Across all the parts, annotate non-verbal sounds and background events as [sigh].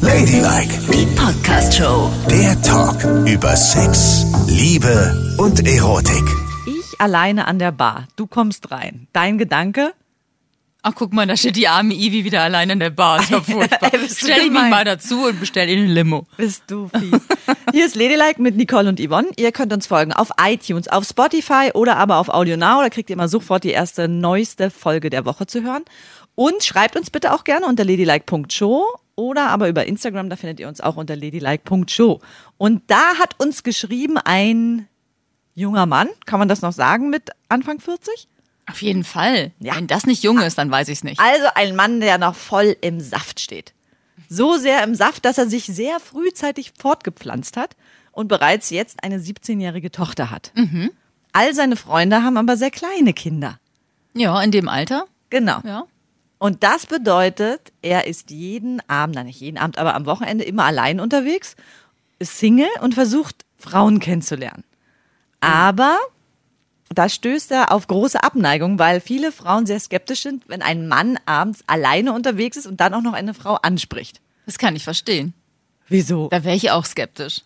Ladylike, Die Podcast Show. der Talk über Sex, Liebe und Erotik. Ich alleine an der Bar. Du kommst rein. Dein Gedanke? Ach, guck mal, da steht die arme Ivi wieder allein in der Bar. Ist [laughs] doch furchtbar. Ey, bist du Stell dich gemein. mal dazu und bestell ihn ein Limo. Bist du fies. Hier ist Ladylike mit Nicole und Yvonne. Ihr könnt uns folgen auf iTunes, auf Spotify oder aber auf Audio Now. Da kriegt ihr immer sofort die erste, neueste Folge der Woche zu hören. Und schreibt uns bitte auch gerne unter ladylike.show oder aber über Instagram. Da findet ihr uns auch unter ladylike.show. Und da hat uns geschrieben ein junger Mann. Kann man das noch sagen mit Anfang 40? Auf jeden Fall. Ja. Wenn das nicht jung ist, dann weiß ich's nicht. Also ein Mann, der noch voll im Saft steht. So sehr im Saft, dass er sich sehr frühzeitig fortgepflanzt hat und bereits jetzt eine 17-jährige Tochter hat. All seine Freunde haben aber sehr kleine Kinder. Ja, in dem Alter. Genau. Ja. Und das bedeutet, er ist jeden Abend, na nicht jeden Abend, aber am Wochenende immer allein unterwegs, ist Single und versucht, Frauen kennenzulernen. Mhm. Aber da stößt er auf große Abneigung, weil viele Frauen sehr skeptisch sind, wenn ein Mann abends alleine unterwegs ist und dann auch noch eine Frau anspricht. Das kann ich verstehen. Wieso? Da wäre ich auch skeptisch.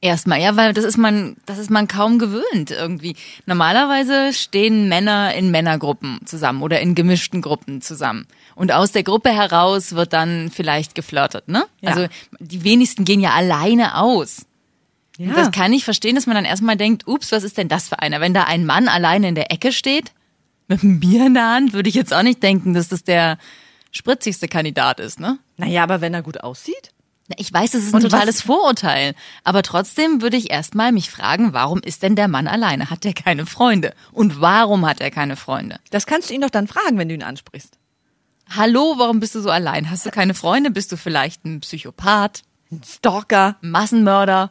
Erstmal, ja, weil das ist man, das ist man kaum gewöhnt irgendwie. Normalerweise stehen Männer in Männergruppen zusammen oder in gemischten Gruppen zusammen. Und aus der Gruppe heraus wird dann vielleicht geflirtet, ne? Ja. Also die wenigsten gehen ja alleine aus. Und Das kann ich verstehen, dass man dann erstmal denkt, ups, was ist denn das für einer? Wenn da ein Mann alleine in der Ecke steht, mit einem Bier in der Hand, würde ich jetzt auch nicht denken, dass das der spritzigste Kandidat ist, ne? Naja, aber wenn er gut aussieht? Na, Ich weiß, das ist ein Und was- totales Vorurteil. Aber trotzdem würde ich erstmal mich fragen, warum ist denn der Mann alleine? Hat er keine Freunde? Und warum hat er keine Freunde? Das kannst du ihn doch dann fragen, wenn du ihn ansprichst. Hallo, warum bist du so allein? Hast du keine Freunde? Bist du vielleicht ein Psychopath? Ein Stalker. Ein Massenmörder?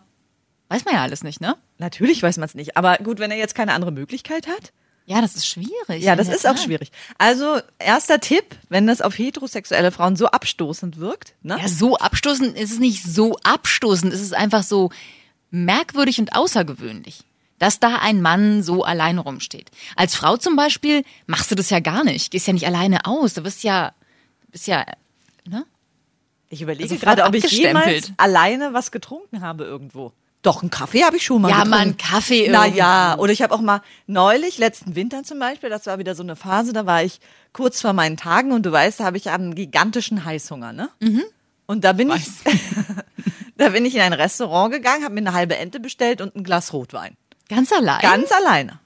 Weiß man ja alles nicht, ne? Natürlich weiß man es nicht. Aber gut, wenn er jetzt keine andere Möglichkeit hat. Ja, das ist schwierig. Ja, in das der ist auch Tat. schwierig. Also, erster Tipp, wenn das auf heterosexuelle Frauen so abstoßend wirkt, ne? Ja, so abstoßend ist es nicht so abstoßend, es ist einfach so merkwürdig und außergewöhnlich, dass da ein Mann so allein rumsteht. Als Frau zum Beispiel machst du das ja gar nicht, gehst ja nicht alleine aus, du bist ja, bist ja, ne? Ich überlege Sofort Also gerade, ob ich jemals abgestempelt. alleine was getrunken habe irgendwo. Doch, einen Kaffee habe ich schon mal Ja, getrunken. mal einen Kaffee Naja, oder ich habe auch mal neulich, letzten Winter zum Beispiel, das war wieder so eine Phase, da war ich kurz vor meinen Tagen und du weißt, da habe ich einen gigantischen Heißhunger, ne? Und da bin ich, [laughs] da bin ich in ein Restaurant gegangen, habe mir eine halbe Ente bestellt und ein Glas Rotwein. Ganz allein. Ganz alleine.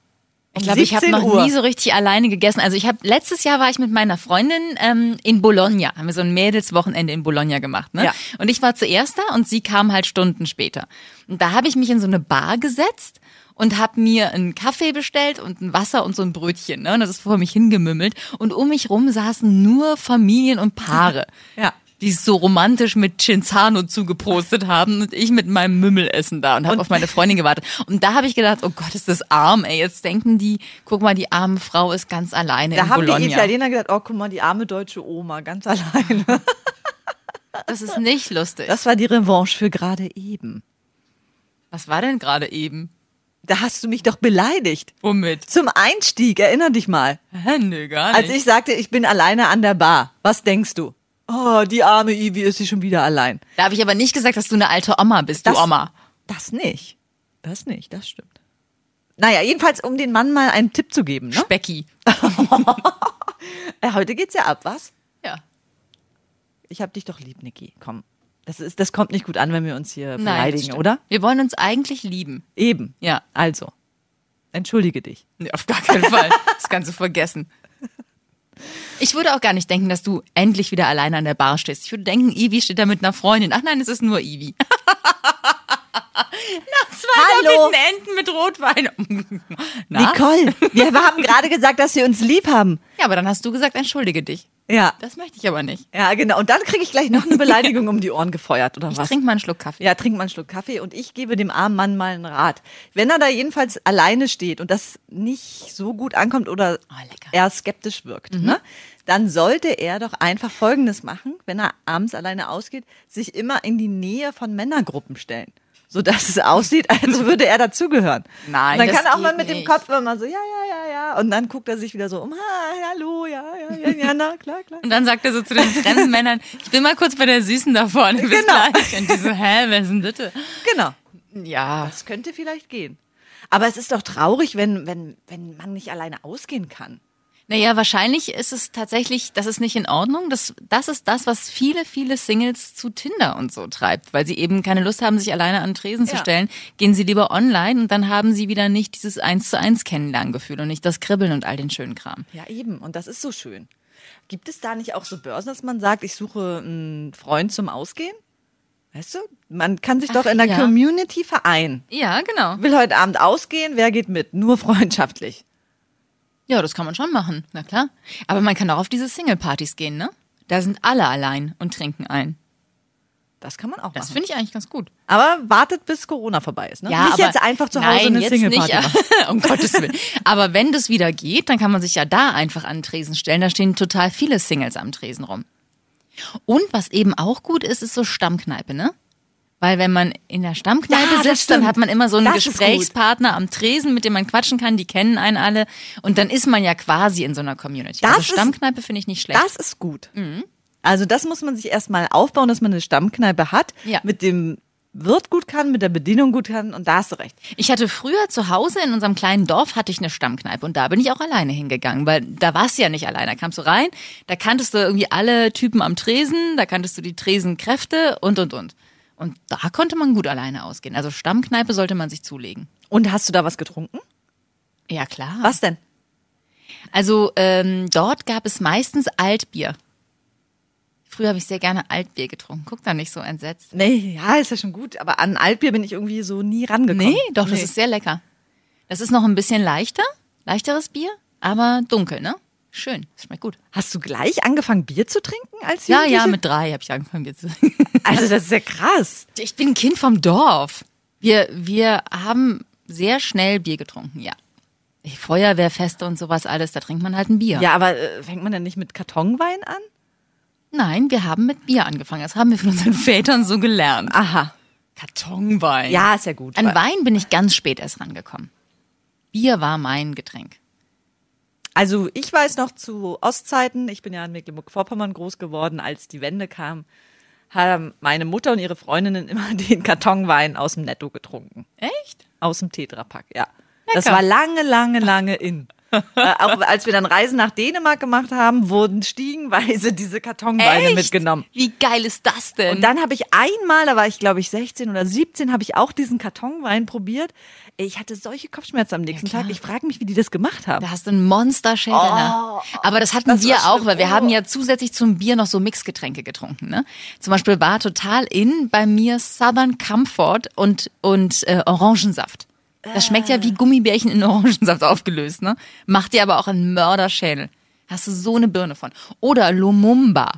ich glaube, ich habe noch nie so richtig alleine gegessen. Also ich habe letztes Jahr war ich mit meiner Freundin ähm, in Bologna, haben wir so ein Mädelswochenende in Bologna gemacht, ne? Ja. Und ich war zuerst da und sie kam halt Stunden später. Und da habe ich mich in so eine Bar gesetzt und habe mir einen Kaffee bestellt und ein Wasser und so ein Brötchen, ne? Und das ist vor mich hingemümmelt und um mich rum saßen nur Familien und Paare. [laughs] Ja. Die es so romantisch mit Cinzano zugeprostet haben und ich mit meinem Mümmelessen da und habe Und- auf meine Freundin gewartet. Und da habe ich gedacht, oh Gott, ist das arm, ey. Jetzt denken die, guck mal, die arme Frau ist ganz alleine Da in haben die Bologna. Italiener gedacht, oh, guck mal, die arme deutsche Oma, ganz [laughs] alleine. Das ist nicht lustig. Das war die Revanche für gerade eben. Was war denn gerade eben? Da hast du mich doch beleidigt. Womit? Zum Einstieg, erinner dich mal. Hä, Nö, gar Als nicht. ich sagte, ich bin alleine an der Bar, was denkst du? Oh, die arme Ivy ist sie schon wieder allein. da habe ich aber nicht gesagt, dass du eine alte Oma bist, Das- du Oma. Das nicht. Das nicht, das stimmt. Naja, jedenfalls, um den Mann mal einen Tipp zu geben, ne? Specki. Äh, Heute geht's ja ab, was? Ja. Ich hab dich doch lieb, Niki. Komm. Das, ist, das kommt nicht gut an, wenn wir uns hier Nein, das beleidigen, stimmt. oder? Wir wollen uns eigentlich lieben. Eben. Ja. Also, entschuldige dich. Nee, auf gar keinen Fall. Das kannst du vergessen. Ich würde auch gar nicht denken, dass du endlich wieder alleine an der Bar stehst. Ich würde denken, Ivi steht da mit einer Freundin. Ach nein, es ist nur Ivi. [laughs] Nach zwei Hallo. Doppelten Enten mit Rotwein. [laughs] Na? Nicole, wir haben gerade gesagt, dass wir uns lieb haben. Ja, aber dann hast du gesagt, entschuldige dich. Ja. Das möchte ich aber nicht. Ja, genau. Und dann kriege ich gleich noch eine Beleidigung um die Ohren gefeuert, oder Ich was? trinke mal einen Schluck Kaffee. Ja, trink mal einen Schluck Kaffee und ich gebe dem armen Mann mal einen Rat. Wenn er da jedenfalls alleine steht und das nicht so gut ankommt oder Ah, lecker. Mhm. er skeptisch wirkt, ne, dann sollte er doch einfach Folgendes machen, wenn er abends alleine ausgeht, sich immer in die Nähe von Männergruppen stellen. so dass es aussieht, als würde er dazugehören. Nein, Und dann das kann auch man geht mit dem nicht. Kopf immer so, ja, ja, ja, ja. Und dann guckt er sich wieder so um, ha, hallo, ja, ja, ja, ja, na, klar, klar. Und dann sagt er so zu den [laughs] fremden Männern, ich bin mal kurz bei der Süßen da vorne, bis Genau. gleich. Und die so, hä, wer sind bitte? Genau. Ja, Das könnte vielleicht gehen. Aber es ist doch traurig, wenn, wenn, wenn man nicht alleine ausgehen kann. Naja, wahrscheinlich ist es tatsächlich, das ist nicht in Ordnung. Das, das ist das, was viele, viele Singles zu Tinder und so treibt, weil sie eben keine Lust haben, sich alleine an den Tresen zu Ja. stellen. Gehen sie lieber online und dann haben sie wieder nicht dieses Eins zu eins Kennenlerngefühl und nicht das Kribbeln und all den schönen Kram. Ja, eben. Und das ist so schön. Gibt es da nicht auch so Börsen, dass man sagt, ich suche einen Freund zum Ausgehen? Weißt du, man kann sich doch Ach, in der ja. Community vereinen. Ja, genau. Will heute Abend ausgehen, wer geht mit? Nur [laughs] freundschaftlich. Ja, das kann man schon machen, na klar. Aber man kann auch auf diese Single-Partys gehen, ne? Da sind alle allein und trinken ein. Das kann man auch Das machen. finde ich eigentlich ganz gut. Aber wartet, bis Corona vorbei ist. Ne? nicht aber- jetzt einfach zu Hause nein, eine jetzt Single-Party machen. nicht. [laughs] um Gottes Willen. Aber wenn das wieder geht, dann kann man sich ja da einfach an den Tresen stellen. Da stehen total viele Singles am Tresen rum. Und was eben auch gut ist, ist so Stammkneipe, ne? Weil wenn man in der Stammkneipe Ja, das sitzt, dann stimmt. hat man immer so einen Das ist gut. Gesprächspartner am Tresen, mit dem man quatschen kann, die kennen einen alle. Und dann ist man ja quasi in so einer Community. Das also ist- Stammkneipe finde ich nicht schlecht. Das ist gut. Mhm. Also das muss man sich erstmal aufbauen, dass man eine Stammkneipe hat, Ja. mit dem Wirt gut kann, mit der Bedienung gut kann und da hast du recht. Ich hatte früher zu Hause in unserem kleinen Dorf hatte ich eine Stammkneipe und da bin ich auch alleine hingegangen, weil da warst du ja nicht alleine. Da kamst du rein, da kanntest du irgendwie alle Typen am Tresen, da kanntest du die Tresenkräfte und und und. Und da konnte man gut alleine ausgehen. Also Stammkneipe sollte man sich zulegen. Und hast du da was getrunken? Ja klar. Was denn? Also ähm, dort gab es meistens Altbier. Früher habe ich sehr gerne Altbier getrunken. Guck da nicht so entsetzt. Nee, ja, ist ja schon gut, aber an Altbier bin ich irgendwie so nie rangekommen. Nee, doch, das ist sehr lecker. Das ist noch ein bisschen leichter, leichteres Bier, aber dunkel, ne? Schön, das schmeckt gut. Hast du gleich angefangen, Bier zu trinken als Ja, Jugendliche? ja, mit drei habe ich angefangen jetzt. [laughs] Also das ist ja krass. Ich bin ein Kind vom Dorf. Wir, wir haben sehr schnell Bier getrunken, ja. Ich- Feuerwehrfeste und sowas alles, da trinkt man halt ein Bier. Ja, aber äh, fängt man denn nicht mit Kartonwein an? Nein, wir haben mit Bier angefangen. Das haben wir von unseren [laughs] Vätern so gelernt. Aha. Kartonwein. Ja. Ah. Ja, ist ja gut. An weil- Wein bin ich ganz spät erst rangekommen. Bier war mein Getränk. Also ich weiß noch zu Ostzeiten, ich bin ja in Mecklenburg-Vorpommern groß geworden, als die Wende kam, haben meine Mutter und ihre Freundinnen immer [laughs] den Kartonwein aus dem Netto getrunken. Echt? Aus dem Tetrapack, ja. Das war lange, lange, lange [laughs] in. äh, auch als wir dann Reisen nach Dänemark gemacht haben, wurden stiegenweise [laughs] diese Kartonweine Echt? mitgenommen. Wie geil ist das denn? Und dann habe ich einmal, da war ich glaube ich 16 oder 17, habe ich auch diesen Kartonwein probiert. Ich hatte solche Kopfschmerzen am nächsten klar. Tag. Ich frage mich, wie die das gemacht haben. Da hast du einen Monster-Shaker. ne? Aber das hatten Oh, das wir war auch, schlimm. weil wir Oh. haben ja zusätzlich zum Bier noch so Mixgetränke getrunken. Ne? Zum Beispiel war total in bei mir Southern Comfort und, und äh, Orangensaft. Das schmeckt Ah. ja wie Gummibärchen in Orangensaft [laughs] aufgelöst. Ne? Macht dir aber auch einen Mörderschädel. Hast du so eine Birne von. Oder Lumumba.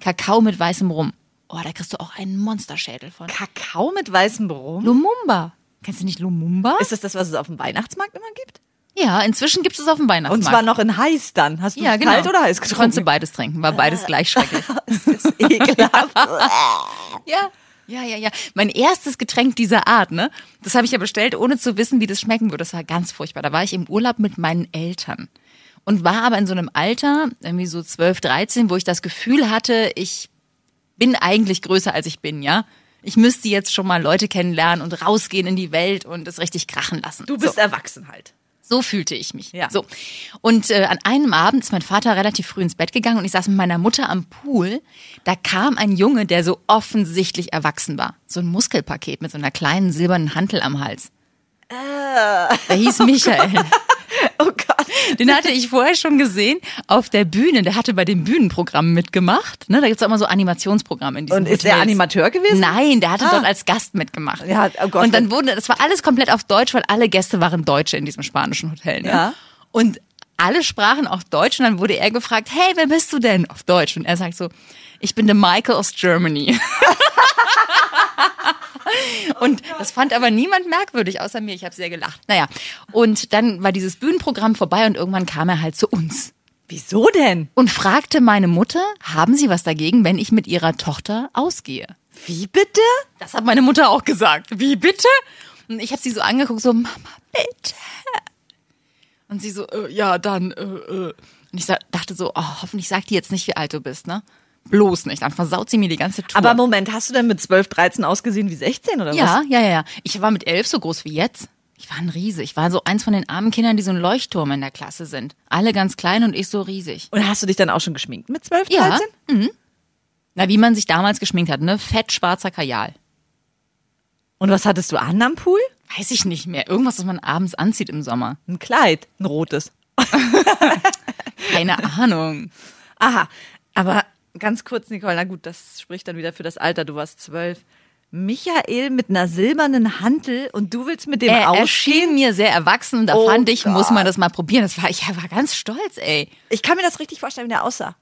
Kakao mit weißem Rum. Oh, da kriegst du auch einen Monsterschädel von. Kakao mit weißem Rum. Lumumba. Kennst du nicht Lumumba? Ist das das, was es auf dem Weihnachtsmarkt immer gibt? ja, inzwischen gibt es auf dem Weihnachtsmarkt. Und zwar noch in heiß dann. Hast du Ja, genau. kalt oder heiß Konntest du getrunken? Ah. beides trinken, war beides [laughs] gleich schrecklich. Das ist ekelhaft. [laughs] ja. Ja, ja, ja. Mein erstes Getränk dieser Art, ne? Das habe ich ja bestellt, ohne zu wissen, wie das schmecken würde. Das war ganz furchtbar. Da war ich im Urlaub mit meinen Eltern und war aber in so einem Alter, irgendwie so 12, 13, wo ich das Gefühl hatte, ich bin eigentlich größer, als ich bin, ja? Ich müsste jetzt schon mal Leute kennenlernen und rausgehen in die Welt und es richtig krachen lassen. du So. bist erwachsen halt. So fühlte ich mich. Ja. So. Und äh, an einem Abend ist mein Vater relativ früh ins Bett gegangen und ich saß mit meiner Mutter am Pool. Da kam ein Junge, der so offensichtlich erwachsen war. So ein Muskelpaket mit so einer kleinen silbernen Hantel am Hals. Ah. Der [laughs] hieß Michael. Oh Gott. Den hatte ich vorher schon gesehen auf der Bühne. Der hatte bei dem Bühnenprogramm mitgemacht. Ne, da gibt's auch immer so Animationsprogramme in diesem Und ist der Animateur gewesen? Nein, der hatte Ah. dort als Gast mitgemacht. Ja, oh Gott. und dann wurde, das war alles komplett auf Deutsch, weil alle Gäste waren Deutsche in diesem spanischen Hotel. Ne? Ja. Und alle sprachen auch Deutsch und dann wurde er gefragt, hey, wer bist du denn? Auf Deutsch. Und er sagt so, ich bin der Michael aus Germany. [laughs] Und das fand aber niemand merkwürdig, außer mir. Ich habe sehr gelacht. Naja, und dann war dieses Bühnenprogramm vorbei und irgendwann kam er halt zu uns Wieso denn? und fragte meine Mutter, haben Sie was dagegen, wenn ich mit Ihrer Tochter ausgehe? Wie bitte? Das hat meine Mutter auch gesagt. Wie bitte? Und ich habe sie so angeguckt, so Mama, bitte. Und sie so, äh, ja, dann. Äh, äh. Und ich sa- dachte so, oh, hoffentlich sagt die jetzt nicht, wie alt du bist, ne? Bloß nicht. Dann versaut sie mir die ganze Tour. Aber Moment, hast du denn mit 12, 13 ausgesehen wie 16 oder was? ja, ja, ja, ja. Ich war mit elf so groß wie jetzt. Ich war ein Riese. Ich war so eins von den armen Kindern, die so ein Leuchtturm in der Klasse sind. Alle ganz klein und ich so riesig. Und hast du dich dann auch schon geschminkt mit 12, 13? Ja. Mhm. Na, wie man sich damals geschminkt hat, ne? Fett schwarzer Kajal. Und was hattest du an am Pool? Weiß ich nicht mehr. Irgendwas, was man abends anzieht im Sommer. Ein Kleid, ein rotes. Keine Ahnung. Aha, aber ganz kurz, Nicole, na gut, das spricht dann wieder für das Alter, du warst 12. Michael mit einer silbernen Hantel und du willst mit dem [laughs] Er ausstehen? erschien mir sehr erwachsen und da Oh fand ich, muss Gott. man das mal probieren. Das war, ich war ganz stolz, ey. Ich kann mir das richtig vorstellen, wie der aussah.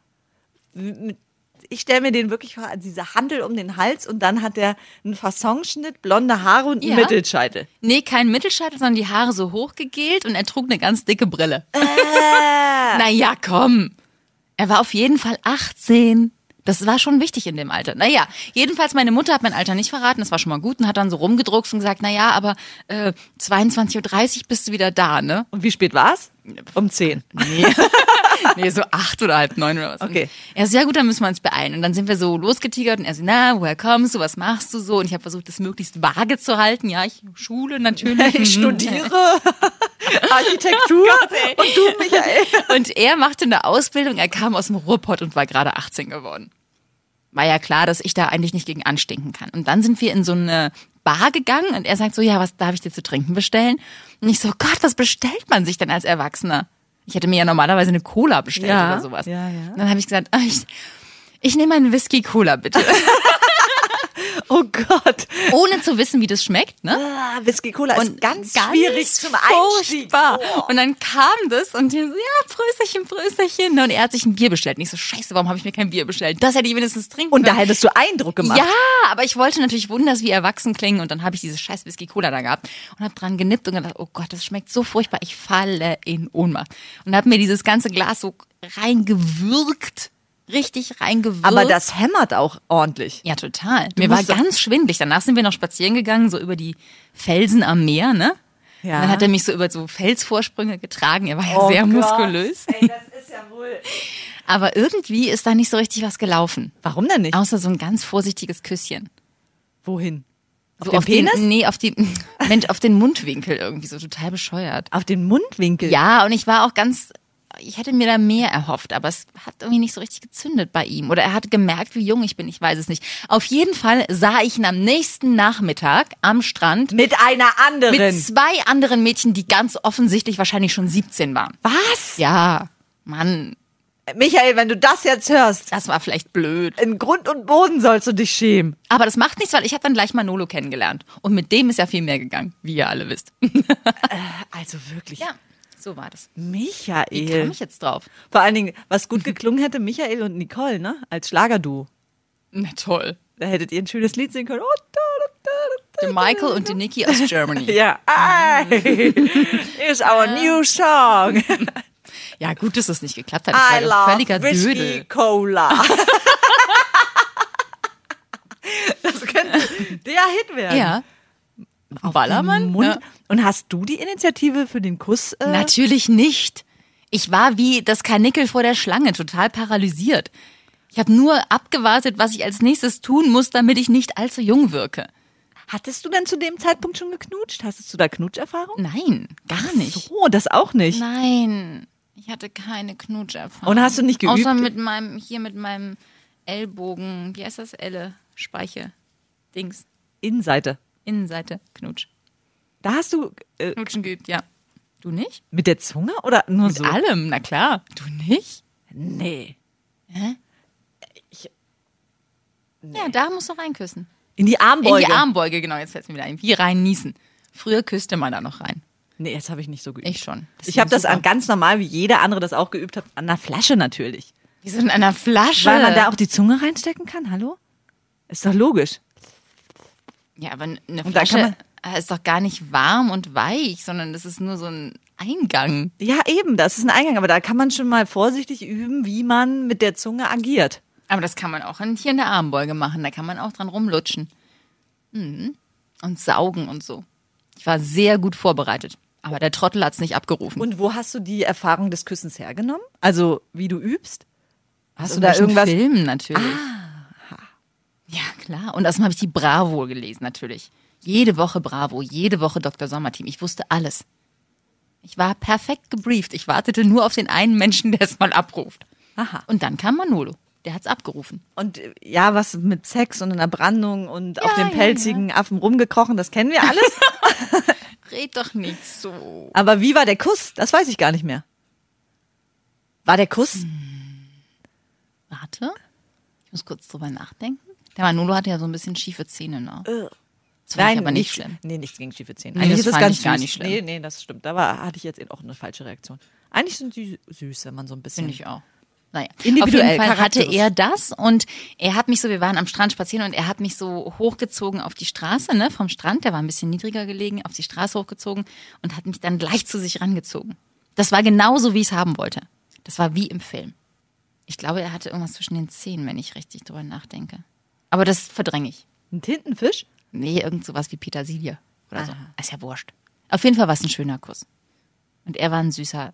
Ich stelle mir den wirklich vor, also diese Handel um den Hals und dann hat er einen Fassonschnitt, blonde Haare und einen Ja. Mittelscheitel. Nee, kein Mittelscheitel, sondern die Haare so hochgegelt und er trug eine ganz dicke Brille. [laughs] naja, komm. Er war auf jeden Fall 18. Das war schon wichtig in dem Alter. Naja, jedenfalls meine Mutter hat mein Alter nicht verraten, das war schon mal gut und hat dann so rumgedruckst und gesagt, naja, aber äh, 22.30 Uhr bist du wieder da, ne? Und wie spät war's? Um 10. Nee. [laughs] nee, so acht oder halb neun oder was. Okay. Und Er so, ja gut, dann müssen wir uns beeilen. Und dann sind wir so losgetigert und er so, na, woher kommst du, was machst du so? Und ich habe versucht, das möglichst vage zu halten. Ja, ich Schule natürlich. [laughs] Ich [laughs] studiere Architektur und du, Michael. Und er machte eine Ausbildung, er kam aus dem Ruhrpott und war gerade 18 geworden. War ja klar, dass ich da eigentlich nicht gegen anstinken kann. Und dann sind wir in so eine Bar gegangen und er sagt so, ja, was darf ich dir zu trinken bestellen? Und ich so, Gott, was bestellt man sich denn als Erwachsener? Ich hätte mir ja normalerweise eine Cola bestellt Ja, oder sowas. ja, ja. Und dann habe ich gesagt, ah, ich, ich nehme einen Whisky [laughs] Cola bitte. Oh Gott. Ohne zu wissen, wie das schmeckt, ne? Ah, Whisky Cola ist ganz, ganz schwierig zum Einstieg. Oh. furchtbar. Und dann kam das und die so, ja, Prösterchen, Prösterchen. Ne, Und er hat sich ein Bier bestellt. Und ich so, scheiße, warum habe ich mir kein Bier bestellt? Das hätte ich wenigstens trinken Und da können. hättest du Eindruck gemacht. Ja, aber ich wollte natürlich wunders wie erwachsen klingen. Und dann habe ich diese scheiß Whisky Cola da gehabt und habe dran genippt und gedacht, oh Gott, das schmeckt so furchtbar. Ich falle in Ohnmacht. Und habe mir dieses ganze Glas so reingewürgt. Richtig reingewürgt. Aber das hämmert auch ordentlich. Ja, total. Mir war musst doch- ganz schwindlig. Danach sind wir noch spazieren gegangen, so über die Felsen am Meer, ne? Ja. Ja. Dann hat er mich so über so Felsvorsprünge getragen. Er war Oh ja sehr muskulös. Ey, das ist ja wohl. Aber irgendwie ist da nicht so richtig was gelaufen. Warum denn nicht? Außer so ein ganz vorsichtiges Küsschen. Wohin? Auf so den Penis? Den, nee, auf die, [laughs] Mensch, auf den Mundwinkel irgendwie, so total bescheuert. Auf den Mundwinkel. Ja, und ich war auch ganz, ich hätte mir da mehr erhofft, aber es hat irgendwie nicht so richtig gezündet bei ihm. Oder er hat gemerkt, wie jung ich bin, ich weiß es nicht. Auf jeden Fall sah ich ihn am nächsten Nachmittag am Strand Mit einer anderen. mit zwei anderen Mädchen, die ganz offensichtlich wahrscheinlich schon 17 waren. Was? Ja, Mann, Michael, wenn du das jetzt hörst, das war vielleicht blöd. in Grund und Boden sollst du dich schämen. Aber das macht nichts, weil ich habe dann gleich Manolo kennengelernt. Und mit dem ist ja viel mehr gegangen, wie ihr alle wisst. [laughs] Also wirklich. Ja, so war das. Wie kam Michael. ich jetzt drauf? Vor allen Dingen, was gut geklungen hätte, Michael und Nicole, ne? Als Schlagerduo. Na toll. Da hättet ihr ein schönes Lied singen können. Oh, da, da, da, da. Der Michael und die Nikki aus Germany. [laughs] Ja. [laughs] Ay, here's our new song. Ja, gut, dass es nicht geklappt hat. I Das war ein love völliger Whisky Dödel. [laughs] Cola. das könnte der Hit werden. Ja. Ballermann? Mund. Ja. Und hast du die Initiative für den Kuss? Äh, Natürlich nicht. Ich war wie das Karnickel vor der Schlange, total paralysiert. Ich habe nur abgewartet, was ich als nächstes tun muss, damit ich nicht allzu jung wirke. hattest du denn zu dem Zeitpunkt schon geknutscht? Hattest du da Knutscherfahrung? Nein, gar nicht. So, Oh, das auch nicht. Nein, ich hatte keine Knutscherfahrung. Und hast du nicht geübt? Außer mit meinem, hier mit meinem Ellbogen, wie heißt das, Elle, Speiche, Dings, Innenseite. Innenseite, Knutsch. Da hast du äh, Knutschen geübt, ja. Du nicht? mit der Zunge oder nur so? allem, na klar. Du nicht? Nee. Ja, da musst du reinküssen. In die In Armbeuge. die Armbeuge, genau, jetzt fällt es mir wieder ein. Wie rein niesen. Früher küsste man da noch rein. nee, das habe ich nicht so geübt. Ich schon. ich habe das super. an, ganz normal, wie jeder andere das auch geübt hat, an der Flasche natürlich. Wie so in einer Flasche. Weil man da auch die Zunge reinstecken kann, hallo? Ist doch logisch. ja, aber eine Und da kann Flasche äh, ist doch gar nicht warm und weich, sondern das ist nur so ein Eingang. Ja, eben, das ist ein Eingang, aber da kann man schon mal vorsichtig üben, wie man mit der Zunge agiert. Aber das kann man auch in, hier in der Armbeuge machen. Da kann man auch dran rumlutschen. Mhm. Und saugen und so. Ich war sehr gut vorbereitet. Aber der Trottel hat's nicht abgerufen. Und wo hast du die Erfahrung des Küssens hergenommen? Also, wie du übst? Hast Aus du da irgendwelchen irgendwas? Filmen natürlich. Ah, Ja, klar. Und außerdem habe ich die Bravo gelesen, natürlich. Jede Woche Bravo, jede Woche Dr. Sommerteam. Ich wusste alles. Ich war perfekt gebrieft. Ich wartete nur auf den einen Menschen, der es mal abruft. Aha. Und dann kam Manolo. Der hat's abgerufen. Und äh, ja, was mit Sex und einer Brandung und auf dem ja, pelzigen Affen rumgekrochen, das kennen wir [laughs] alles. Red doch nicht so. Aber wie war der Kuss? Das weiß ich gar nicht mehr. War der Kuss? Hm, Warte. Ich muss kurz drüber nachdenken. Der Manolo hatte ja so ein bisschen schiefe Zähne noch. Das war Nein, aber nicht schlimm. Nee, nichts gegen schiefe Zähne. Nee, das fand ich gar nicht schlimm. Nee, nee, das stimmt. Da war, hatte ich jetzt eben auch eine falsche Reaktion. Eigentlich sind die süß, wenn man so ein bisschen. Finde ich auch. Naja, Individuell, auf jeden Fall hatte charakteristisch. er das und er hat mich so, wir waren am Strand spazieren und er hat mich so hochgezogen auf die Straße, ne, vom Strand, der war ein bisschen niedriger gelegen, auf die Straße hochgezogen und hat mich dann gleich zu sich rangezogen. Das war genauso, wie ich es haben wollte. Das war wie im Film. Ich glaube, er hatte irgendwas zwischen den Zähnen, wenn ich richtig drüber nachdenke. Aber das verdränge ich. Ein Tintenfisch? Nee, irgend sowas wie Petersilie oder so. Ist ja wurscht. Auf jeden Fall war es ein schöner Kuss. Und er war ein süßer,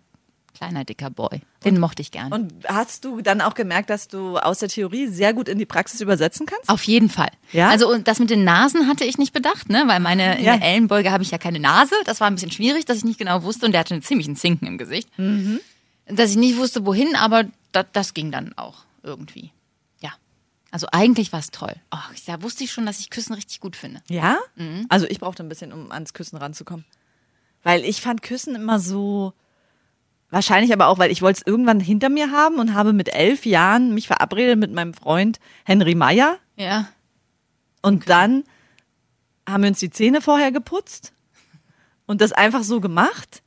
kleiner, dicker Boy. Den mochte ich gerne. Und hast du dann auch gemerkt, dass du aus der Theorie sehr gut in die Praxis übersetzen kannst? Auf jeden Fall. Ja? Also und das mit den Nasen hatte ich nicht bedacht, ne? Weil meine in Ja. der Ellenbeuge habe ich ja keine Nase. Das war ein bisschen schwierig, dass ich nicht genau wusste und der hatte einen ziemlichen Zinken im Gesicht. Mhm. Dass ich nicht wusste, wohin, aber das, das ging dann auch irgendwie. Ja. Also eigentlich war es toll. Oh, da wusste ich schon, dass ich Küssen richtig gut finde. Ja? Mhm. Also ich brauchte ein bisschen, um ans Küssen ranzukommen. Weil ich fand Küssen immer so. Wahrscheinlich aber auch, weil ich wollte es irgendwann hinter mir haben und habe mit elf Jahren mich verabredet mit meinem Freund Henry Meyer. Ja. Und dann haben wir uns die Zähne vorher geputzt und das einfach so gemacht.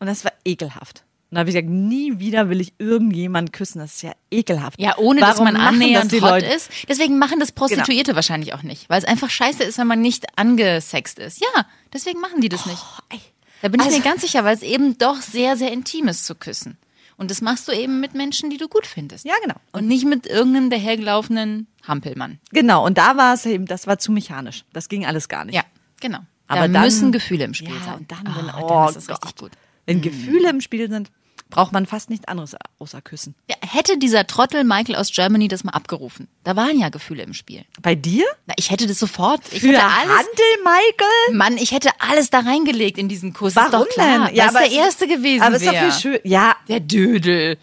Und das war ekelhaft. Und da habe ich gesagt, nie wieder will ich irgendjemanden küssen. Das ist ja ekelhaft. Ja, ohne dass Warum man machen annähernd das die hot Leute? Genau. ist. Deswegen machen das Prostituierte wahrscheinlich auch nicht, weil es einfach scheiße ist, wenn man nicht angesext ist. Ja, deswegen machen die das nicht. ey. Da bin ich Also- mir ganz sicher, weil es eben doch sehr, sehr intim ist zu küssen. Und das machst du eben mit Menschen, die du gut findest. Ja, genau. Und nicht mit irgendeinem dahergelaufenen Hampelmann. Genau, und da war es eben, das war zu mechanisch. Das ging alles gar nicht. Ja, genau. Aber da dann- müssen Gefühle im Spiel Ja, sein. und dann, wenn, Ah, oh, dann ist das Gott. richtig gut. Mhm. Wenn Gefühle im Spiel sind, braucht man fast nichts anderes außer küssen. Ja, hätte dieser Trottel Michael aus Germany das mal abgerufen, da waren ja Gefühle im Spiel. Bei dir? Na, ich hätte das sofort. Ich Für hätte alles, Handel, Michael? Mann, ich hätte alles da reingelegt in diesen Kuss. Warum ist doch klar. denn? Ja, Ja, das aber ist der es- erste gewesen. Aber ist doch wär. viel schön. Ja, Der Dödel.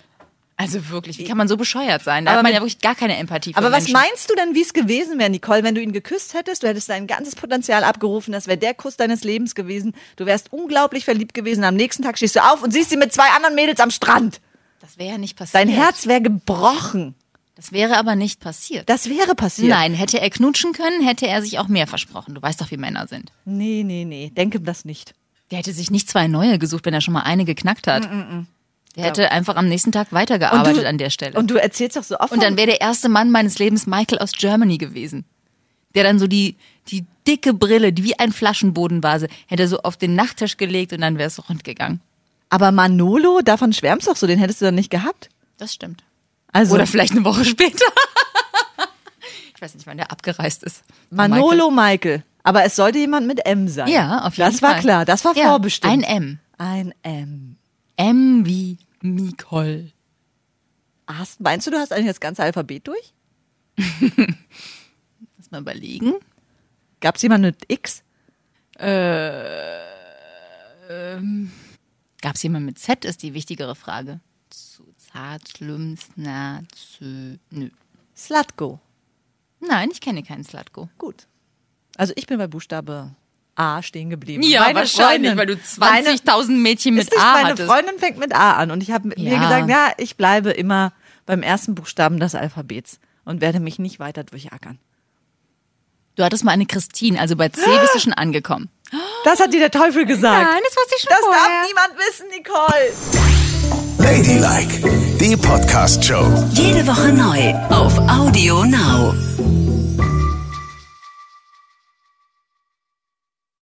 Also wirklich, wie kann man so bescheuert sein? Da Aber hat man mit- ja wirklich gar keine Empathie für Aber was Menschen. meinst du denn, wie es gewesen wäre, Nicole, wenn du ihn geküsst hättest? Du hättest dein ganzes Potenzial abgerufen, das wäre der Kuss deines Lebens gewesen. Du wärst unglaublich verliebt gewesen. Am nächsten Tag stehst du auf und siehst sie mit zwei anderen Mädels am Strand. Das wäre ja nicht passiert. Dein Herz wäre gebrochen. Das wäre aber nicht passiert. Das wäre passiert. Nein, hätte er knutschen können, hätte er sich auch mehr versprochen. Du weißt doch, wie Männer sind. Nee, nee, nee. Denke das nicht. Der hätte sich nicht zwei neue gesucht, wenn er schon mal eine geknackt hat. Mm, Der hätte einfach am nächsten Tag weitergearbeitet an der Stelle. Und, Und du erzählst doch so oft. dann wäre der erste Mann meines Lebens Michael aus Germany gewesen. Der dann so die, die dicke Brille, die wie ein Flaschenbodenvase, hätte er so auf den Nachttisch gelegt und dann wäre es rund gegangen. aber Manolo, davon schwärmst du doch so, den hättest du dann nicht gehabt. Das stimmt. Also Oder vielleicht eine Woche später. [laughs] ich weiß nicht, wann der abgereist ist. Manolo Michael. Aber es sollte jemand mit M sein. Ja, auf jeden Das Fall. war klar, das war Ja, vorbestimmt. Ein M. Ein M. M wie Nicole. Hast, meinst du, du hast eigentlich das ganze Alphabet durch? Lass mal überlegen. Gab es jemanden mit X? Gab es jemanden mit Z, ist die wichtigere Frage. Zu zart, na, zu, nö. Slatko. Nein, ich kenne keinen Slatko. Gut. Also ich bin bei Buchstabe A stehen geblieben. Ja, Meine wahrscheinlich, Freundin- weil du meine, 20.000 Mädchen ist mit nicht, A Meine hattest. Freundin fängt mit A an und ich habe Ja. mir gesagt, ja, ich bleibe immer beim ersten Buchstaben des Alphabets und werde mich nicht weiter durchackern. Du hattest mal eine Christine, also bei C bist du schon angekommen. Das hat dir der Teufel gesagt. das wusste ich schon das darf niemand wissen, Nicole. Ladylike, die Podcast-Show. Jede Woche neu auf Audio Now.